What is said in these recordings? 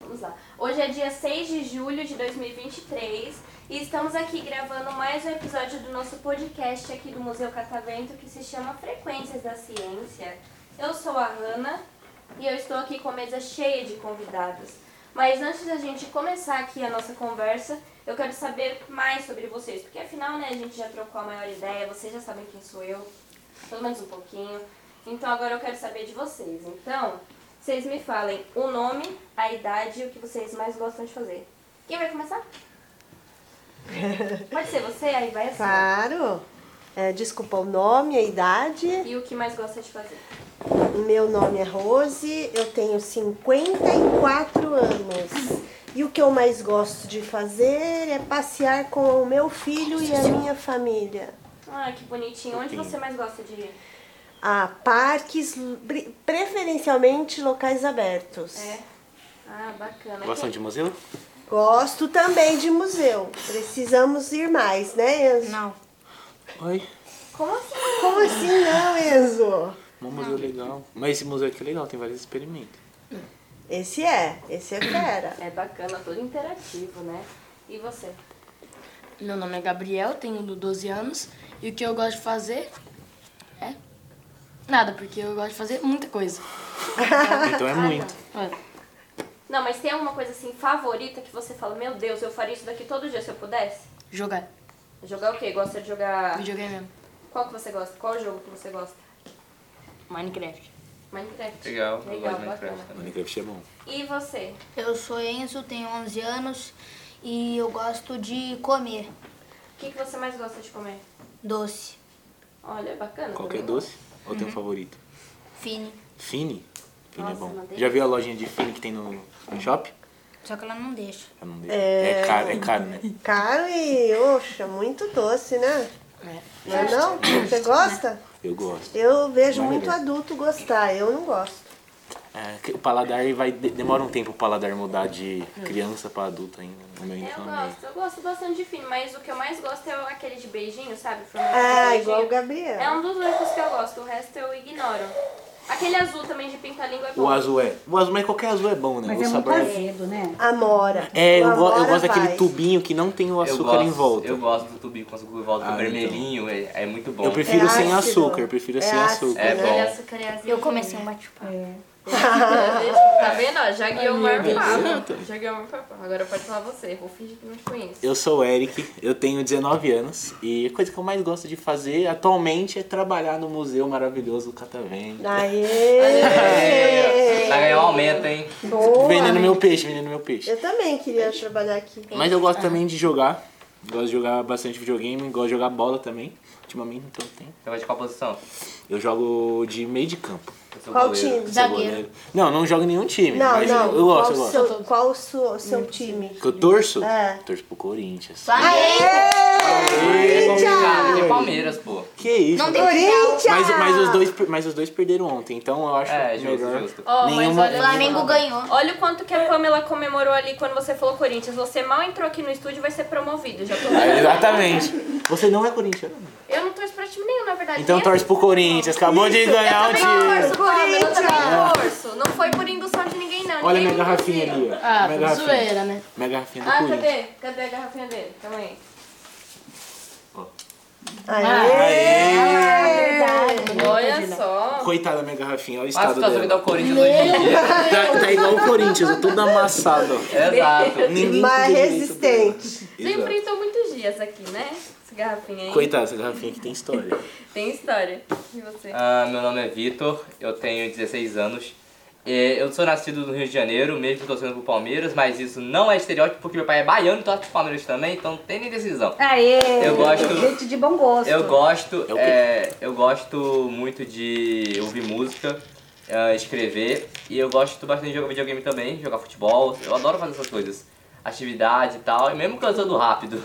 Vamos lá. Hoje é dia 6 de julho de 2023 e estamos aqui gravando mais um episódio do nosso podcast aqui do Museu Catavento que se chama Frequências da Ciência. Eu sou a Hanna e eu estou aqui com a mesa cheia de convidados. Mas antes da gente começar aqui a nossa conversa, eu quero saber mais sobre vocês, porque afinal, né, a gente já trocou a maior ideia, vocês já sabem quem sou eu, pelo menos um pouquinho. Então agora eu quero saber de vocês. Então, vocês me falem o nome, a idade e o que vocês mais gostam de fazer. Quem vai começar? Pode ser você, aí vai assim. Tá. Claro. É, desculpa o nome, a idade. E o que mais gosta de fazer? Meu nome é Rose, eu tenho 54 anos. E o que eu mais gosto de fazer é passear com o meu filho e a minha família. Ah, que bonitinho. Onde você mais gosta de ir? A parques, bri- preferencialmente locais abertos. É. Ah, bacana. Gostam de museu? Gosto também de museu. Precisamos ir mais, né, Enzo? Não. Oi. Como assim? Como assim não, Enzo? Um museu legal. Mas esse museu aqui é legal, tem vários experimentos. Esse é, esse é fera. É bacana, todo interativo, né? E você? Meu nome é Gabriel, tenho 12 anos e o que eu gosto de fazer é nada, porque eu gosto de fazer muita coisa. Então é muito. Não, mas tem alguma coisa assim favorita que você fala, meu Deus, eu faria isso daqui todo dia se eu pudesse? Jogar. Jogar o quê? Gosta de jogar. Videogame mesmo. Qual que você gosta? Qual jogo que você gosta? Minecraft. Minecraft. Legal, eu Legal, gosto de Minecraft bacana. também. Minecraft é bom. E você? Eu sou Enzo, tenho 11 anos e eu gosto de comer O que, que você mais gosta de comer? doce, Olha, é bacana. Qualquer também. doce? Ou tem um favorito? fine. Fini? Fini é Nossa, uma bom. delícia. Já viu a lojinha de Fini que tem no, no shopping? Só que ela não deixa. Eu não dei. É... caro, é caro, né? Caro e, oxa, muito doce, né? É. Não é não? Você Né? gosta? Eu gosto. Eu vejo Maneiro. muito adulto gostar, eu não gosto. É, que o paladar vai. de- Demora um tempo o paladar mudar de criança pra adulto ainda. O meu ainda Eu não é. gosto, eu gosto bastante de fino, mas o que eu mais gosto é aquele de beijinho, sabe? Formato de Ah, beijinho. igual o É Gabriel. um dos únicos que eu gosto, o resto eu ignoro. Aquele azul também de pinta-língua é bom. O azul é. O azul, mas qualquer azul é bom, né? Mas o é muito sabor. azedo, né? Amora. É, O eu, go- eu Amora gosto daquele vai. tubinho que não tem o Eu açúcar gosto, em volta. Eu gosto do tubinho com açúcar em volta, Ah, então. vermelhinho, é, é muito bom. Eu prefiro É sem ácido. açúcar, eu prefiro É sem ácido, açúcar. É né? bom. Eu comecei um bate-papo. É. Tá vendo? ó? Já guiou o maior papo. Já guiou o maior papo. Agora pode falar você, vou fingir que não te conheço. Eu sou o Eric, eu tenho 19 anos e a coisa que eu mais gosto de fazer atualmente é trabalhar no museu maravilhoso do Catavento. Aê! Vai ganhar um aumento, hein? Boa. né? Vendendo meu peixe, vendendo meu peixe. Eu também queria trabalhar aqui. Mas eu gosto também de jogar. Gosto de jogar bastante videogame, gosto de jogar bola também. Ultimamente não tenho tempo. Você vai de qual posição? Eu jogo de meio de campo. Eu sou Qual goleiro. time? sou Zagueiro. goleiro. Não, não jogo em nenhum time. Não, mas não. Eu, eu gosto, qual eu o gosto. seu, qual o seu, seu time? Que eu torço? É. Torço pro Corinthians. É complicado, é Palmeiras, pô. Que isso, Não né? tem Corinthians! Mas, mas, os dois, mas os dois perderam ontem, então eu acho É, justo, melhor. justo. Ó, Nenhuma- mas O olha, Flamengo ganhou. olha o quanto que a Pamela comemorou ali quando você falou Corinthians. Você mal entrou aqui no estúdio vai ser promovido. Já tô É, exatamente. Você não é corintiano. Eu não torço pra time nenhum, na verdade. Então Nem assim. torce pro Corinthians, acabou de ganhar o Eu time. torço, Pamela, eu também torço. Não foi por indução de ninguém, não. Olha Ninguém minha me garrafinha induziram. ali, ó. Ah, minha garrafinha. zoeira, né? Minha garrafinha do Ah, Corinthians. cadê? Cadê a garrafinha dele? Calma aí. Ah, Aê! Olha só. Coitada da minha garrafinha, olha o Olha a estado situação que dá dela. o Corinthians hoje em dia. Tá, tá igual o Corinthians, eu todo amassado. ó. Exato. Ninguém Mas cuida direito resistente. dela. Exato. Lembrei então muitos dias aqui, né? Essa garrafinha aí. Coitada, essa garrafinha aqui tem história. Tem história. E você? Ah, meu nome é Vitor, eu tenho 16 anos. É, Eu sou nascido no Rio de Janeiro, mesmo torcendo pro Palmeiras, mas isso não é estereótipo porque meu pai é baiano e torce pro Palmeiras também, então não tem nem decisão. Aê! Eu gosto- Gente de bom gosto. Eu gosto, É o quê? é, eu gosto muito de ouvir música, ah, escrever e eu gosto bastante de jogar videogame também, jogar futebol. Eu adoro fazer essas coisas, atividade e tal, e mesmo cansando rápido.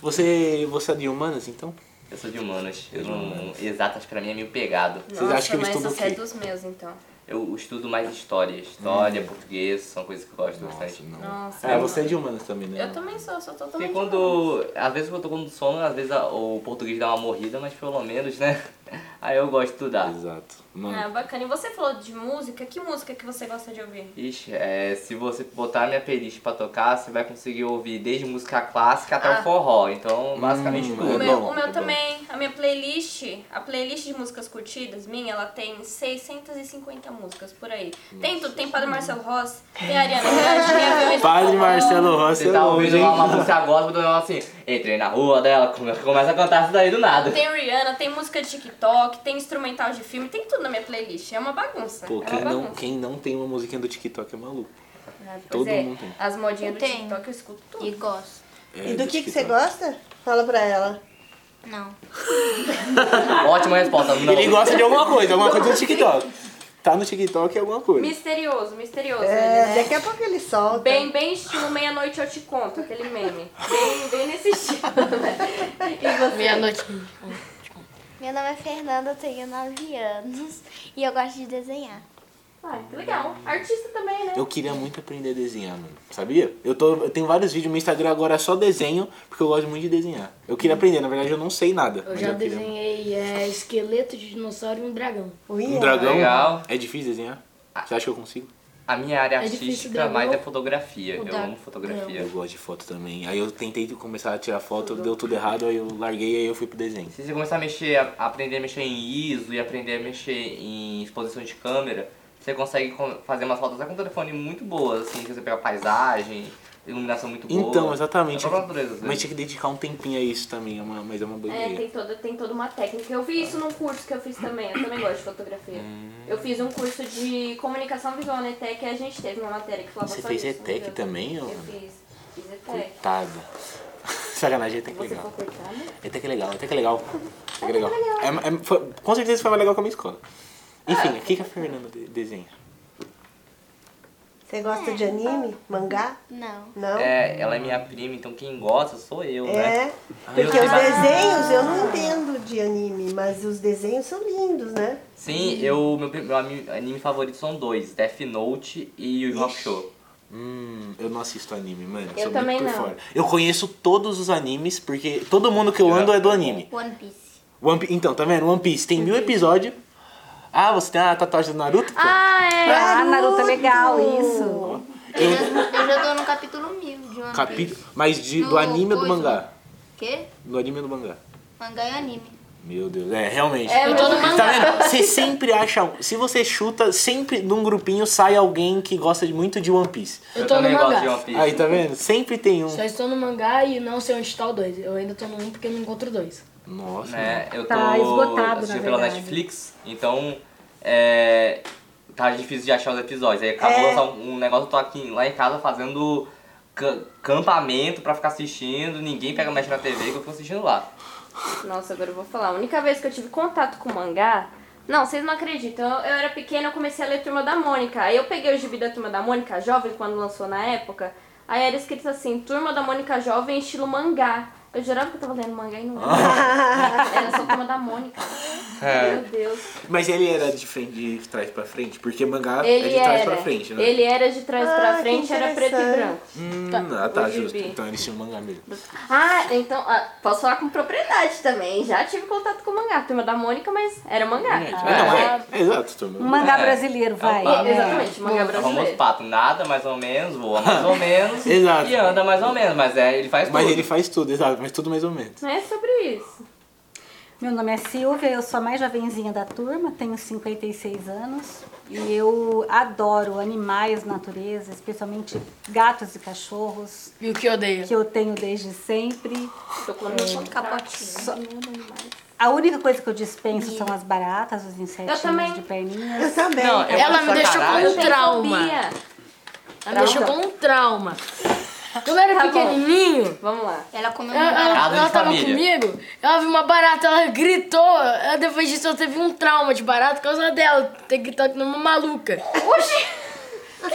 Você, você é de humanas, então? Eu sou de humanas, eu não, exatas pra mim é meio pegado. Vocês acham que eu mas estudo o você é quê? dos meus, então. eu estudo mais história. História, português, são coisas que eu gosto bastante. Hum. não. Nossa. É, você é de humanas também, né? Eu também sou, sou Porque totalmente. quando. Às vezes quando eu tô com sono, às vezes a- o português dá uma morrida, mas pelo menos, né? Aí eu gosto de estudar. Exato. Mano, Ah, bacana. E você falou de música, que música que você gosta de ouvir? Ixi, é, se você botar a minha playlist pra tocar, você vai conseguir ouvir desde música clássica até Ah. o forró. Então, basicamente Hum, tudo. o é meu, bom, o meu é bom. também, a minha playlist, a playlist de músicas curtidas minha, ela tem 650 músicas por aí. Tem tudo, tem Padre Marcelo Rossi, tem Ariana Grande, tem Aviões do Padre Forró. Marcelo Rossi, Você eu tá não ouvindo ouvi, lá uma hein? música gospel, do negócio assim, entrei na rua dela, come- começa a cantar isso daí do nada. Tem Rihanna, tem música de TikTok, tem instrumental de filme, tem tudo na minha playlist. É uma bagunça. Pô, é uma quem não, bagunça. quem não tem uma musiquinha do TikTok é maluco. Ah, pois todo é, mundo tem. As modinhas Eu do tenho. TikTok eu escuto tudo. E gosto. É, E do que, que você TikTok. gosta? Fala pra ela. Não. Ótima resposta, não. Ele gosta de alguma coisa, alguma coisa do TikTok. Tá no TikTok é alguma coisa. Misterioso, misterioso ele, É, né? daqui a pouco ele solta. Bem, bem estilo meia-noite eu te conto, aquele meme. Bem, bem nesse estilo, né? E você? Meia-noite. Meu nome é Fernanda, eu tenho 9 anos e eu gosto de desenhar. Ah, que legal. Artista também, né? Eu queria muito aprender a desenhar, mano. Sabia? Eu, tô, eu tenho vários vídeos no Instagram agora é só desenho, porque eu gosto muito de desenhar. Eu queria aprender, na verdade eu não sei nada. Eu mas já queria. desenhei é, esqueleto de dinossauro e um dragão. Um Uia. dragão? Legal. É difícil desenhar? Você acha que eu consigo? A minha área É difícil artística dragão. mais é fotografia. Eu dragão. amo fotografia. Eu gosto de foto também. Aí eu tentei começar a tirar foto, deu tudo errado, aí eu larguei, aí eu fui pro desenho. Se você começar a mexer, a aprender a mexer em ISO e aprender a mexer em exposição de câmera, você consegue com- fazer umas fotos até com um telefone muito boas, assim, que você pega paisagem, iluminação muito boa. Então, exatamente. É a própria natureza, às Mas vezes. tinha que dedicar um tempinho a isso também, é uma- mas é uma boa É, ideia. tem toda, tem toda uma técnica. Eu vi isso num curso que eu fiz também. Eu também gosto de fotografia. Hum. Eu fiz um curso de comunicação visual na ETEC e a gente teve uma matéria que falava Você só fez disso, ETEC entendeu? também, ô, Eu mano? fiz. Fiz ETEC. Coitada. Sacanagem, ETEC Você legal. for cortar, né? ETEC é legal, ETEC legal. ETEC legal. É- é- foi- com certeza foi mais legal que a minha escola. Enfim, o que, que a Fernanda de- desenha? Você gosta É, de anime? Mangá? Não. Não? É, ela é minha prima, então quem gosta sou eu, É, né? porque Eu os sei- desenhos eu não entendo de anime, mas os desenhos são lindos, né? Sim, eu, meu, meu ami- anime favorito são dois, Death Note e Yu Yu Hakusho. Hum, eu não assisto anime, mano. Eu sou também muito por não. fora. Eu conheço todos os animes, porque todo mundo que eu ando é do anime. One Piece. One Piece, então, tá vendo? One Piece tem mil episódios. Ah, você tem a tatuagem do Naruto? pô? Ah, é. Ah, Naruto é legal, isso. Eu já, eu já tô no capítulo 1000 de One Capítulo. Piece. Mas de- do No anime ou do coisa. mangá? Quê? Do anime ou do mangá? Mangá e anime. Meu Deus, é, realmente. É, eu tô no mangá. Tá vendo? Você sempre acha. um- Se você chuta, sempre num grupinho sai alguém que gosta de- muito de One Piece. Eu tô no também gosto de mangá. One Piece. Aí, tá vendo? Sempre tem um. Hum. Só estou no mangá e não sei onde tá o dois. Eu ainda tô no um porque eu não encontro o dois. Nossa. né? Eu tô Tá esgotado, assistindo na pela verdade. Netflix, então é, tá difícil de achar os episódios. Aí acabou É. de lançar um um negócio, eu tô aqui lá em casa fazendo ca- campamento pra ficar assistindo, ninguém pega mexe na TV que eu fico assistindo lá. Tá Nossa, agora eu vou falar. A única vez que eu tive contato com mangá. Não, vocês não acreditam. Eu, eu era pequena, eu comecei a ler Turma da Mônica. Aí eu peguei o gibi da Turma da Mônica Jovem, quando lançou na época. Aí era escrito assim: Turma da Mônica Jovem, estilo mangá. Eu jurava que eu tava lendo mangá e não era. Era só Turma da Mônica. É. Meu Deus. Mas ele era de, frente, de trás pra frente, porque mangá é Ele de trás era. pra frente, né? Ele era de trás Ah, pra que frente, era preto e interessante. branco. Hum, ah, tá, o justo. gibi. Então eles tinham mangá mesmo. Ah, então, ah, posso falar com propriedade também. Já tive contato com mangá. Turma da Mônica, mas era mangá. É, não, é. tá. é exato, Um turma. Mangá É. brasileiro, vai. É, Exatamente, mangá É o famoso brasileiro. pato, nada mais ou menos, voa mais ou menos Exato. e anda mais ou menos, mas é, ele faz Mas tudo. ele faz tudo, exato, mas tudo mais ou menos. Não é sobre isso. Meu nome é Silvia, eu sou a mais jovenzinha da turma, tenho 56 anos e eu adoro animais, natureza, especialmente gatos e cachorros, E o que eu odeio? que eu tenho desde sempre. Tô com meu capotinho. A única coisa que eu dispenso são as baratas, os insetinhos também. de perninha. Eu também. É, Não, eu Ela gosto me é pra deixou caralho. com um trauma. Fobia. Ela me deixou com um trauma. Quando eu era Tá bom. pequenininho, Vamos lá. Ah, Ela comeu Ela, ela- Casa de ela tava família. comigo, ela viu uma barata, ela gritou. Ela, depois disso, ela teve um trauma de barata por causa dela. Ter gritado que não é uma maluca.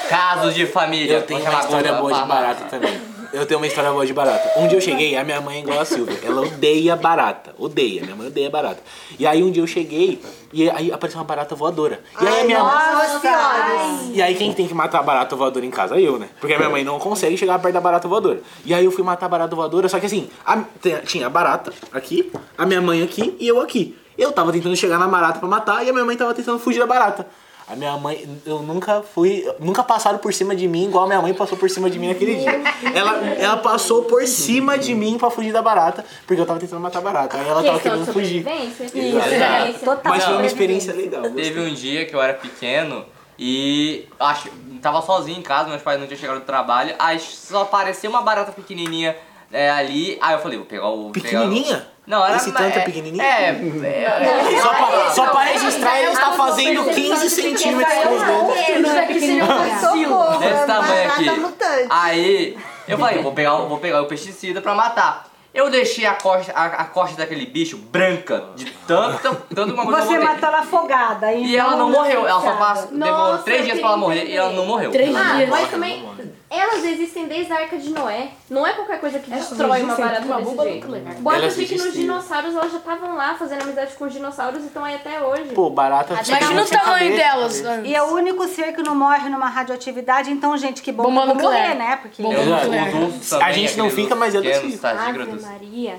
Casos de família. Eu tenho Vamos uma chamar a história Guga boa de pra falar. barata também. Eu tenho uma história boa de barata. Um dia eu cheguei, a minha mãe é igual a Silvia. Ela odeia barata. Odeia. Minha mãe odeia barata. E aí um dia eu cheguei e aí apareceu uma barata voadora. E é aí a minha Nossa senhora! E aí quem tem que matar a barata voadora em casa? Eu, né? Porque a É. minha mãe não consegue chegar perto da barata voadora. E aí eu fui matar a barata voadora, só que assim, a- te- tinha a barata aqui, a minha mãe aqui e eu aqui. Eu tava tentando chegar na barata pra matar e a minha mãe tava tentando fugir da barata. A minha mãe, eu nunca fui, nunca passaram por cima de mim igual a minha mãe passou por cima de mim naquele dia. Ela, ela passou por cima de mim pra fugir da barata, porque eu tava tentando matar a barata. Aí ela Questão tava de querendo fugir. sobrevivência, Exato. sobrevivência. Total. Mas foi É, uma experiência legal. gostei. Teve um dia que eu era pequeno e acho, tava sozinho em casa, meus pais não tinham chegado do trabalho, aí só apareceu uma barata pequenininha é, ali, aí eu falei, vou pegar o... pegar o- Pequenininha? um Não, era... Esse tanto é, pequenininha? É, é, Só pra, só pra registrar, ele está fazendo 15 centímetros com os dedos. É, né? Isso aqui seria um vacilo. Socorro, desse é tamanho barata aqui. mutante. Aí eu falei, vou pegar, o- vou pegar o pesticida pra matar. Eu deixei a costa, a, a costa daquele bicho branca, de tanto, tanto como eu Você botei. matou ela afogada. então, E ela não morreu, ela só passou, demorou Nossa, eu três dias pra ela queria morrer e ela não morreu. Ah, mas também, elas existem desde a Arca de Noé. Não é qualquer coisa que destrói uma barata desse jeito. Bota Elas o pique nos existem. dinossauros, elas já estavam lá fazendo amizade com os dinossauros e estão aí até hoje. Pô, barata. Imagina o sem cabeça, tamanho delas. né? cabeça. E é o único ser que não morre numa radioatividade, então, gente, que bom Bomba que eu vou nuclear. morrer, né? Porque Bomba Exato. nuclear. A gente não fica, mas é dos filhos. Ave Maria.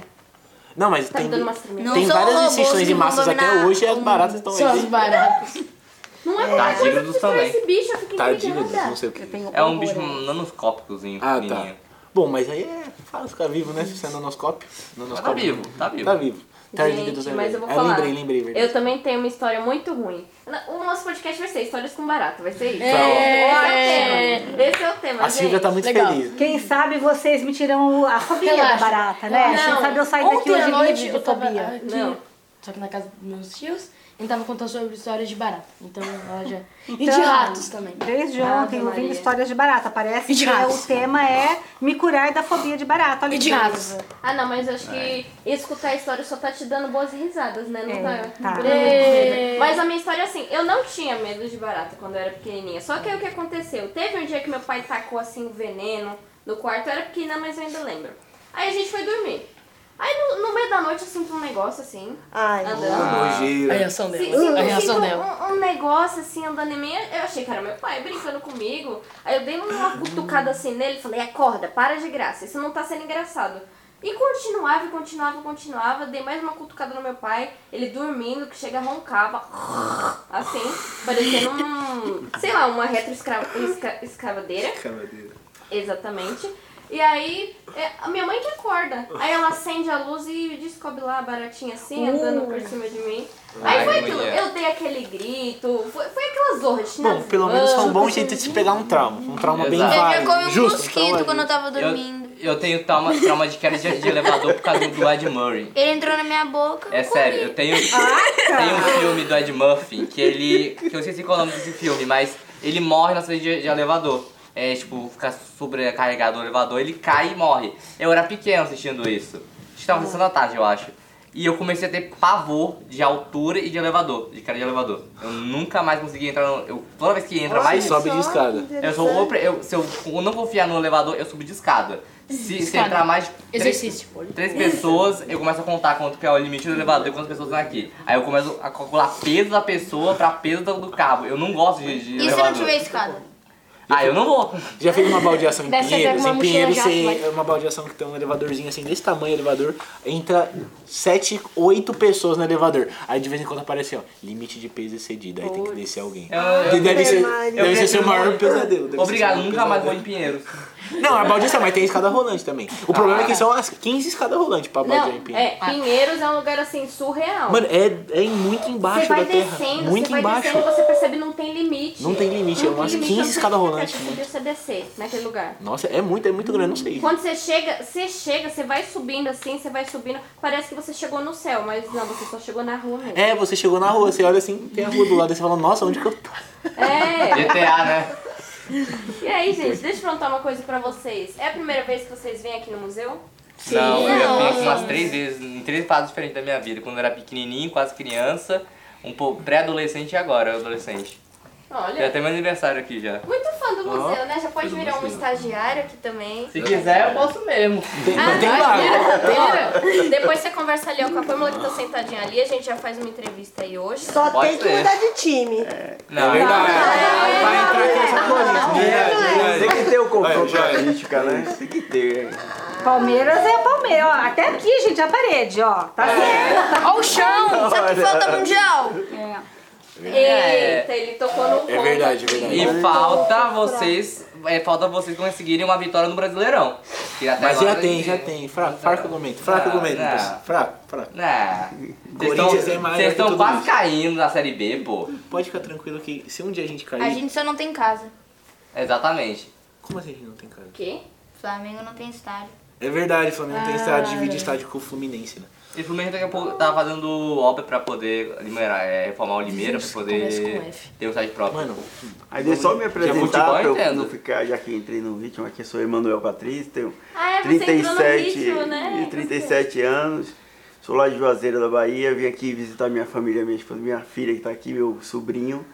Não, mas Tá me tem, dando uma tremenda. Não tem são várias robôs extinções que de vão massas até dominar hoje e as o baratas estão São as aí. baratas. Não é qualquer Tá, coisa que dignos destrói também. esse bicho, eu fiquei Tadinhas, intrigada. não sei o que. eu tenho É um horror bicho a isso. nanoscópicozinho. Ah, tá. pequenininho. Bom, mas aí é. Fala ficar vivo, né? Se você é nonoscópio. Mas nonoscópio. tá vivo, tá vivo. Tá vivo. Tá Liga dos Gente, mas eu vou Ah, falar. lembrei, lembrei, verdade. Eu também tenho uma história muito ruim. Na- O nosso podcast vai ser histórias com barata, vai ser isso. Tá Esse ótimo. é o tema. Esse é o tema, A Silvia gente. tá muito legal. feliz. Quem sabe vocês me tiram o- a fobia Relaxa. da barata, né? Não. Quem sabe eu saio daqui Ontem à hoje noite livre de eu tava fobia. aqui, Não. só que na casa dos meus tios, ele tava contando sobre histórias de barata. Então ela já... e Então, de ratos também. Desde Ave ontem eu ouvindo Maria. histórias de barata. Parece E de que é, ratos. o tema é me curar da fobia de barata. Olha E que de coisa. ratos. Ah, não, mas eu acho que escutar a história só tá te dando boas risadas, né? Não É, tá. tá. por aí. Mas a minha história é assim, eu não tinha medo de barata quando eu era pequenininha. Só que aí o que aconteceu? Teve um dia que meu pai tacou assim o veneno no quarto. Eu era pequena, mas eu ainda lembro. Aí a gente foi dormir. Aí no, no meio da noite eu sinto um negócio assim, Ai, Ah, andando. Ah. A Nojeira. Sim, reação dela. sim, A eu reação sinto dela. um, um negócio assim andando em mim. Eu achei que era meu pai brincando comigo. Aí eu dei uma cutucada assim nele e falei: acorda, para de graça, isso não tá sendo engraçado. E continuava, e continuava, e continuava. Dei mais uma cutucada no meu pai, ele dormindo, que chega roncava. Assim, parecendo um. sei lá, uma retroescavadeira. Exatamente. E aí, é, a minha mãe que acorda. Aí ela acende a luz e descobre lá a baratinha assim, andando por cima de mim. Aí Ai, foi aquilo. mulher. Eu dei aquele grito. Foi, foi né? aquela zorra. de é. Bom, pelo menos foi um vamos. bom jeito de se pegar um trauma. Um trauma bem Exato. Eu comi válido. um Justo. um trauma mosquito quando eu justo. tava dormindo. Eu, eu tenho trauma, trauma de queda de, de elevador por causa do Ed Murray. Ele entrou na minha boca. É sério, eu tenho, tem um filme do Ed Murphy que ele. que eu esqueci qual é o nome desse filme, mas ele morre na saída de, de elevador. É tipo, ficar sobrecarregado no elevador, ele cai e morre. Eu era pequeno assistindo isso. Estava assistindo à tarde, eu acho. E eu comecei a ter pavor de altura e de elevador, de cara de elevador. Eu nunca mais consegui entrar no. Eu, toda vez que entra mais Você sobe de escada. eu sou um o pre- eu, se eu não confiar no elevador, eu subo de escada. Se, se entrar mais de três- Exercício. Três pessoas, eu começo a contar quanto que é o limite do elevador e quantas pessoas estão aqui. Aí eu começo a calcular peso da pessoa pra peso do do cabo. Eu não gosto de, de E se elevador. não tiver escada? Ah, eu não vou. Já fez uma baldeação em Deve ser Pinheiros? pega uma Em Pinheiros mochila já, você- é uma baldeação que tem um elevadorzinho assim, desse tamanho elevador, entra 7, 8 pessoas no elevador. Aí de vez em quando aparece, ó, limite de peso excedido, aí tem que descer alguém. Eu- eu- Que deve ser, Maria. deve ser seu prefiro- maior pesadelo. deve ser Obrigado, seu maior nunca mais vou em pesadelo. Pinheiros. Não, é baldeação, mas tem escada rolante também. O problema é que Ah. são as 15 escadas rolantes pra baldear em Não, Pinheiros. é, Pinheiros é um lugar assim surreal. Mano, é, é muito embaixo você vai da terra. descendo, muito você vai embaixo. descendo e você percebe não tem limite. Não tem limite, é Não tem umas limite, 15 escadas rolantes. né? Você podia você descer naquele lugar. Nossa, é muito, é muito grande, não sei. Quando você chega, você chega, você vai subindo assim, você vai subindo. Parece que você chegou no céu, mas não, você só chegou na rua mesmo. É, você chegou na rua, você olha assim, tem a rua do lado, aí você fala, nossa, onde que eu tô? É. GTA, né? E aí, gente, deixa eu perguntar uma coisa pra vocês. É a primeira vez que vocês vêm aqui no museu? Não, eu já fiz umas três vezes, em três fases diferentes da minha vida. Quando eu era pequenininho, quase criança, um pouco pré-adolescente e agora, adolescente. Já Olha, até meu aniversário aqui já. muito É. fã do museu, né? Já pode Tudo virar um possível. estagiário aqui também. Tá Se quiser, eu posso mesmo. É Mas tem vaga. Depois você conversa ali ó, com a Pâmela que tá sentadinha ali, a gente já faz uma entrevista aí hoje. Só Pode tem que ser. mudar de time. É Não, verdade. Vai entrar aqui essa colinha. Tem que ter o confronto já é. política, né? Tem que ter. hein? Palmeiras é Palmeiras, ó. Até aqui, gente, a parede, ó. Tá É. vendo? Olha o chão! Sabe o que falta mundial? É. Eita, ele tocou no ponto. É verdade, é E verdade. falta vocês. é, falta vocês conseguirem uma vitória no Brasileirão. Que até Mas agora já a tem, gente- é já tem. Fraco, fraco argumento, fraco Não, argumento, Ah, não. Lucas. Fraco, fraco. É. Vocês Corinthians é estão- maior Vocês que estão tudo quase isso. caindo na Série B, pô. Pode ficar tranquilo que se um dia a gente cair. A gente só não tem casa. Exatamente. Como assim a gente não tem cara? O quê? Flamengo não tem estádio. É verdade, o Flamengo tem estádio, divide estádio com o Fluminense, né? E o Fluminense daqui a pouco tá fazendo obra pra poder liberar, é, reformar o Limeira, pra Começa com poder F. ter um site próprio. Mano, Aí deixa eu só me futebol apresentar, eu pra eu entendo. não ficar, já que entrei no ritmo, aqui sou Emanuel Patrício, tenho Ah, é, você entrou no 37, ritmo, né? e 37 anos, sou lá de Juazeiro da Bahia, vim aqui visitar minha família, minha esposa, minha filha que está aqui, meu sobrinho,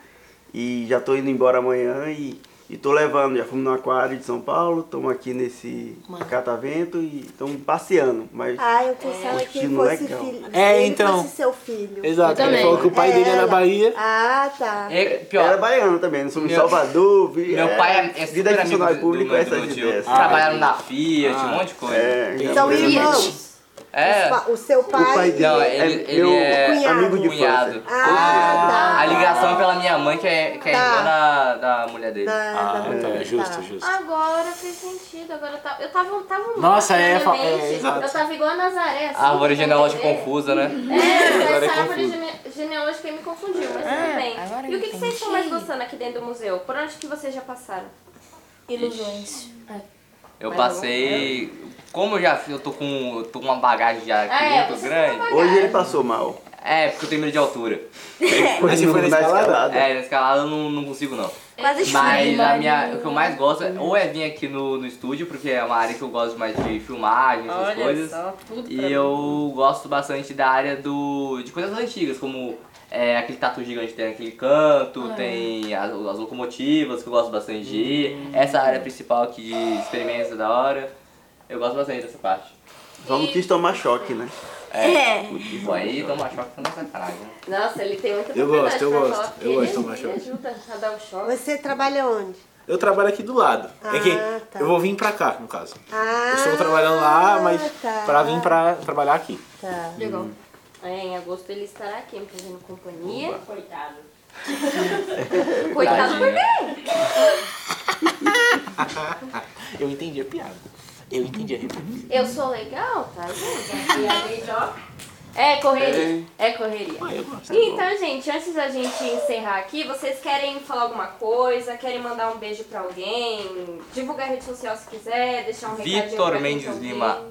e já estou indo embora amanhã e, e tô levando, já fomos no aquário de São Paulo, estamos aqui nesse catavento e estamos passeando, mas... Ah, eu pensava É. que ele fosse Legal. filho. É, ele então. fosse seu filho. exato, ele também. falou que o pai dele é da Ela. Bahia. Ah, tá. E, Era é pior, é baiano também, não somos de Meu- Salvador, vi- meu pai é, é vida super de amigo funcionário do, do, público, do, essas meu tio. ideias. Ah, Trabalharam na Fiat, um monte de coisa. É, já São morei- irmãos. um É. Os pa- O seu pai. O pai dele Não, é, ele- ele meu é amigo de cunhado. infância. Ah, A ligação é pela minha mãe, que é, que é Tá. irmã da, da mulher dele. Ah, Ah, tá, é justo, justo. Agora fez sentido, agora eu tava. Eu tava, tava Nossa, é, fa- é, realmente, exato. Eu tava igual a Nazaré. Assim, A árvore sem genealógica entender. confusa, né? É, Agora é essa árvore confuso. gene- genealógica aí me confundiu, mas tudo bem. E o que, que vocês estão mais gostando aqui dentro do museu? Por onde que vocês já passaram? Ilusões. Eu Mas passei. Como eu já fiz, eu tô com, eu tô com uma bagagem já aqui Ah, é, muito você grande. tá com Hoje ele passou mal. É, porque eu tenho medo de altura. Mas se no- for na Tá escalada? É, na escalada eu não, não consigo não. Quase Mas a minha, o que eu mais gosto é, ou é vir aqui no, no estúdio, porque é uma área que eu gosto mais de filmagem, essas coisas. tudo E eu gosto bastante da área do, de coisas antigas, como é, aquele tatu gigante que tem naquele canto, tem as, as locomotivas que eu gosto bastante de ir. Essa área principal aqui de experiência da hora. Eu gosto bastante dessa parte. Só não quis tomar choque, né? É. Isso aí, toma choque, tá na sacanagem. né? Nossa, ele tem muita Eu gosto, propriedade eu pra gosto, falar, porque eu gosto de ele- tomar choque. Ele ajuda a dar o choque. Você trabalha onde? Eu trabalho aqui do lado. é Ah, que tá. eu vou vir pra cá, no caso. Ah, eu estou trabalhando lá, mas tá. pra vir pra trabalhar aqui. Hum. Tá. Legal. É, em agosto ele estará aqui me fazendo companhia. Coitado. Coitado por Tadinho. Eu entendi a piada. Eu entendi a referência. Eu sou legal, tá vendo? E a gente, ó. É correria. É correria. Ah, eu gosto. Então, gente, antes da gente encerrar aqui, vocês querem falar alguma coisa? Querem mandar um beijo pra alguém? Divulgar a rede social se quiser, deixar um recadinho pra Vitor quem tá Mendes ouvindo. Lima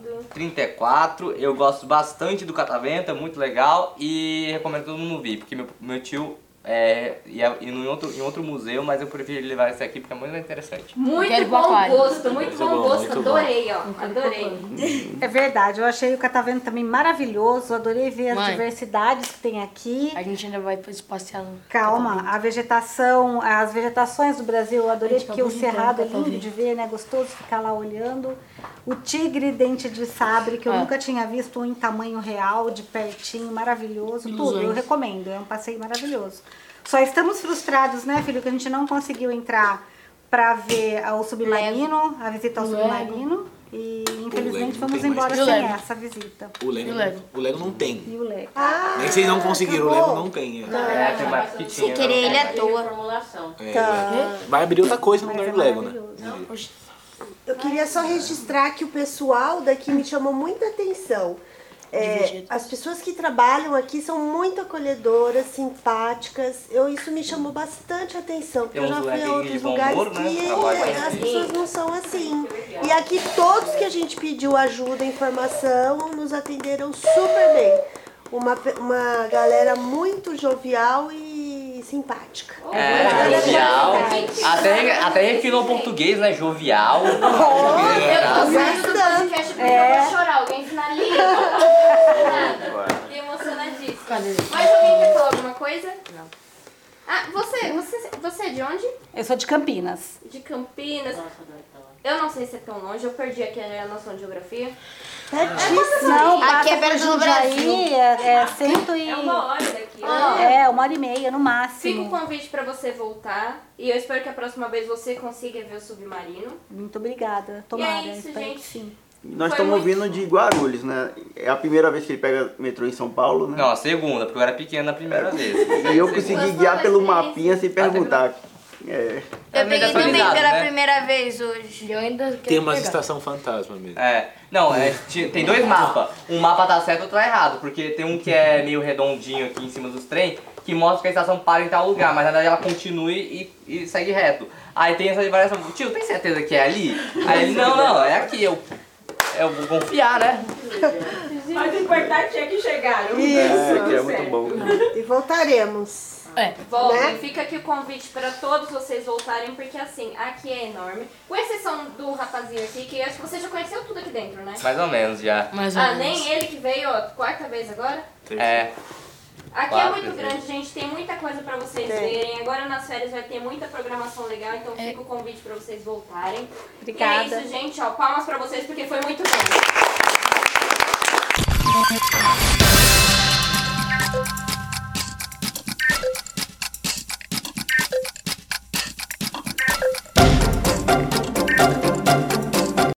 34, eu gosto bastante do Catavento, é muito legal e recomendo todo mundo vir, porque meu, meu tio é, ia ir em outro, em outro museu, mas eu prefiro levar esse aqui porque é muito mais interessante. Muito Quero bom aquário. gosto, muito bom bom, gosto. muito bom. Adorei, ó. Adorei. É verdade, eu achei o Catavento também maravilhoso, adorei ver as Mãe. diversidades que tem aqui. A gente ainda vai passear no. Calma, a vegetação, as vegetações do Brasil, eu adorei, Gente, tá porque o bonito, cerrado é nunca lindo vi. de ver, né? Gostoso ficar lá olhando. O tigre dente de sabre, que eu Ah. nunca tinha visto em tamanho real, de pertinho, maravilhoso. Tudo, eu Ilusões. recomendo, é um passeio maravilhoso. Só estamos frustrados, né, filho, que a gente não conseguiu entrar pra ver o submarino, a visita ao O submarino. E infelizmente não fomos tem mais embora tempo. sem E o Lego? essa visita. Ah. O Lego, E o Lego? o Lego não tem. E o Lego. Nem vocês não conseguiram, o Lego acabou. não tem. é. É, tem mais que tinha, Se querer, ele é à toa. É, Tá. Vai abrir outra coisa no Mas lugar é do Lego, né? maravilhoso. Eu queria só registrar que o pessoal daqui me chamou muita atenção. É, as pessoas que trabalham aqui são muito acolhedoras, simpáticas. Eu, isso me chamou bastante atenção, porque Tem eu uns já fui a leguinhos de outros bom lugares humor, né, que trabalham eh, as assim. pessoas não são assim. E aqui todos que a gente pediu ajuda, informação, nos atenderam super bem. Uma, pe- uma galera muito jovial e simpática. É, jovial. Até, até refinou o português, né? Jovial. É. Eu tô saindo do Bastante. podcast porque eu vou chorar. Alguém finaliza. Nada. Fiquei emocionadíssima. Mais alguém quer falar alguma coisa? Não. Ah, você, você, você é de onde? Eu sou de Campinas. De Campinas. Eu não sei se é tão longe, eu perdi aqui a noção de geografia. Não, Aqui é passa perto por do Jundiaí, Brasil. É, é cento e... É uma hora daqui. né? É, uma hora e meia no Fica o máximo. convite pra você voltar. E eu espero que a próxima vez você consiga ver o submarino. Muito obrigada. Tomara, E é isso, espero gente. que sim. Nós Foi estamos muito- vindo de Guarulhos, né? É a primeira vez que ele pega metrô em São Paulo, né? Não, a segunda, porque eu era pequena a primeira vez. E eu consegui Gostou guiar da pelo experiência? mapinha sem perguntar. É. É Eu meio peguei também desatualizado, pela né? primeira vez hoje. Eu ainda quero tá Tem umas pegar. estação fantasma mesmo. É. Não, é, ti- tem dois mapas. Um mapa tá certo, outro tá errado. Porque tem um que é meio redondinho aqui em cima dos trem, que mostra que a estação para em tal lugar, mas na verdade ela continua e, e segue reto. Aí tem essa variação. Tio, tem certeza que é ali? Aí ele, não, não, é aqui. Eu, eu vou confiar, né? Mas o importante é que chegaram. É, Isso. que é muito bom. E voltaremos. É, Volta, Né? fica aqui o convite pra todos vocês voltarem, porque assim, aqui é enorme. Com exceção do rapazinho aqui, que acho que você já conheceu tudo aqui dentro, né? Mais ou menos já. Mais ou Ah, menos. nem ele que veio, ó, quarta vez agora. É. Aqui é Quatro muito vezes. grande, gente. Tem muita coisa pra vocês Tem. verem. Agora nas férias vai ter muita programação legal, então fica o convite pra vocês voltarem. Obrigada. E é isso, gente. Ó, palmas pra vocês, porque foi muito bom.